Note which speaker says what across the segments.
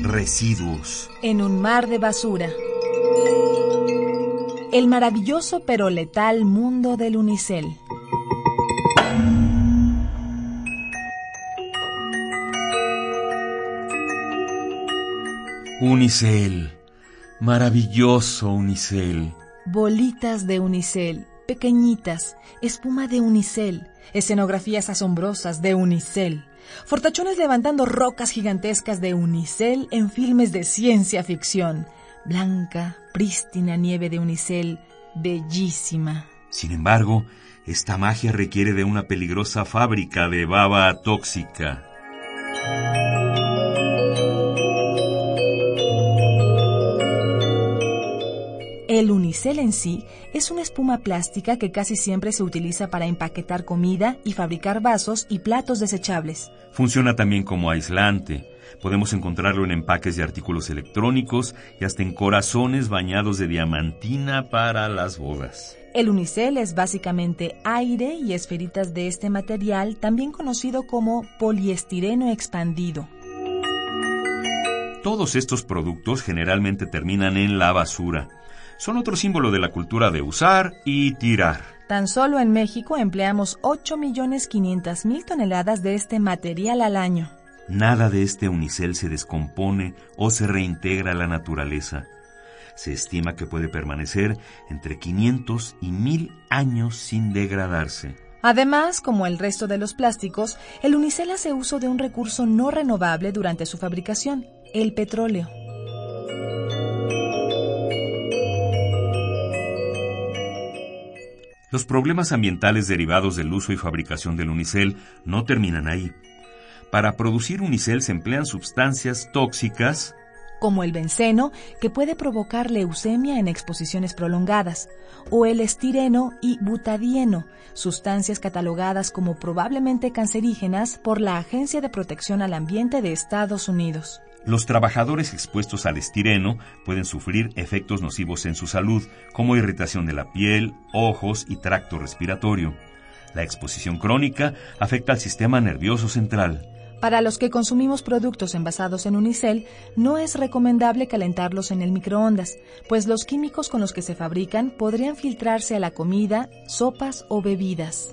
Speaker 1: Residuos.
Speaker 2: En un mar de basura. El maravilloso pero letal mundo del unicel.
Speaker 3: Unicel. Maravilloso Unicel.
Speaker 2: Bolitas de unicel, pequeñitas, espuma de unicel, escenografías asombrosas de unicel, fortachones levantando rocas gigantescas de unicel en filmes de ciencia ficción, blanca, prístina nieve de unicel, bellísima.
Speaker 3: Sin embargo, esta magia requiere de una peligrosa fábrica de baba tóxica.
Speaker 2: El unicel en sí es una espuma plástica que casi siempre se utiliza para empaquetar comida y fabricar vasos y platos desechables.
Speaker 3: Funciona también como aislante. Podemos encontrarlo en empaques de artículos electrónicos y hasta en corazones bañados de diamantina para las bodas.
Speaker 2: El unicel es básicamente aire y esferitas de este material, también conocido como poliestireno expandido.
Speaker 3: Todos estos productos generalmente terminan en la basura. Son otro símbolo de la cultura de usar y tirar.
Speaker 2: Tan solo en México empleamos 8.500.000 toneladas de este material al año.
Speaker 3: Nada de este unicel se descompone o se reintegra a la naturaleza. Se estima que puede permanecer entre 500 y 1000 años sin degradarse.
Speaker 2: Además, como el resto de los plásticos, el unicel hace uso de un recurso no renovable durante su fabricación, el petróleo.
Speaker 3: Los problemas ambientales derivados del uso y fabricación del unicel no terminan ahí. Para producir unicel se emplean sustancias tóxicas,
Speaker 2: como el benceno, que puede provocar leucemia en exposiciones prolongadas, o el estireno y butadieno, sustancias catalogadas como probablemente cancerígenas por la Agencia de Protección al Ambiente de Estados Unidos.
Speaker 3: Los trabajadores expuestos al estireno pueden sufrir efectos nocivos en su salud, como irritación de la piel, ojos y tracto respiratorio. La exposición crónica afecta al sistema nervioso central.
Speaker 2: Para los que consumimos productos envasados en unicel, no es recomendable calentarlos en el microondas, pues los químicos con los que se fabrican podrían filtrarse a la comida, sopas o bebidas.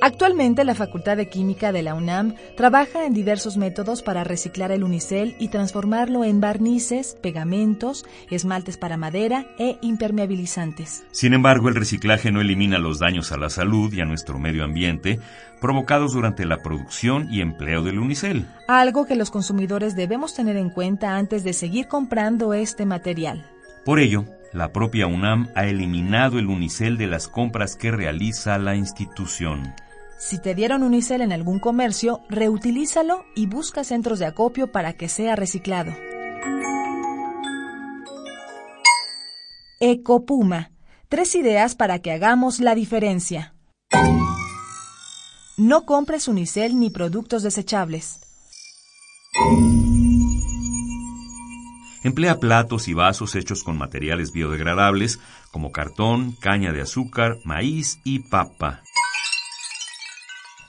Speaker 2: Actualmente la Facultad de Química de la UNAM trabaja en diversos métodos para reciclar el unicel y transformarlo en barnices, pegamentos, esmaltes para madera e impermeabilizantes.
Speaker 3: Sin embargo, el reciclaje no elimina los daños a la salud y a nuestro medio ambiente provocados durante la producción y empleo del unicel.
Speaker 2: algo que los consumidores debemos tener en cuenta antes de seguir comprando este material.
Speaker 3: Por ello, la propia UNAM ha eliminado el unicel de las compras que realiza la institución.
Speaker 2: Si te dieron unicel en algún comercio, reutilízalo y busca centros de acopio para que sea reciclado. Ecopuma. Tres ideas para que hagamos la diferencia. No compres unicel ni productos desechables.
Speaker 3: Emplea platos y vasos hechos con materiales biodegradables como cartón, caña de azúcar, maíz y papa.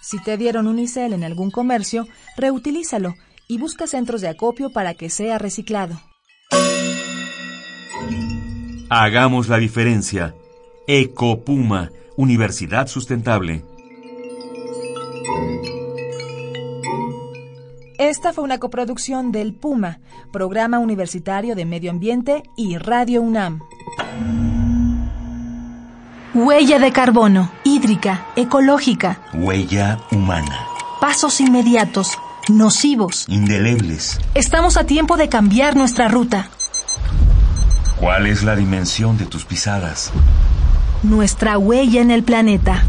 Speaker 2: Si te dieron unicel en algún comercio, reutilízalo y busca centros de acopio para que sea reciclado.
Speaker 3: Hagamos la diferencia. Ecopuma, Universidad Sustentable.
Speaker 2: Esta fue una coproducción del Puma, Programa Universitario de Medio Ambiente y Radio UNAM.
Speaker 4: Huella de carbono. Hídrica, ecológica.
Speaker 1: Huella humana.
Speaker 4: Pasos inmediatos. Nocivos.
Speaker 1: Indelebles.
Speaker 4: Estamos a tiempo de cambiar nuestra ruta.
Speaker 1: ¿Cuál es la dimensión de tus pisadas?
Speaker 2: nuestra huella en el planeta.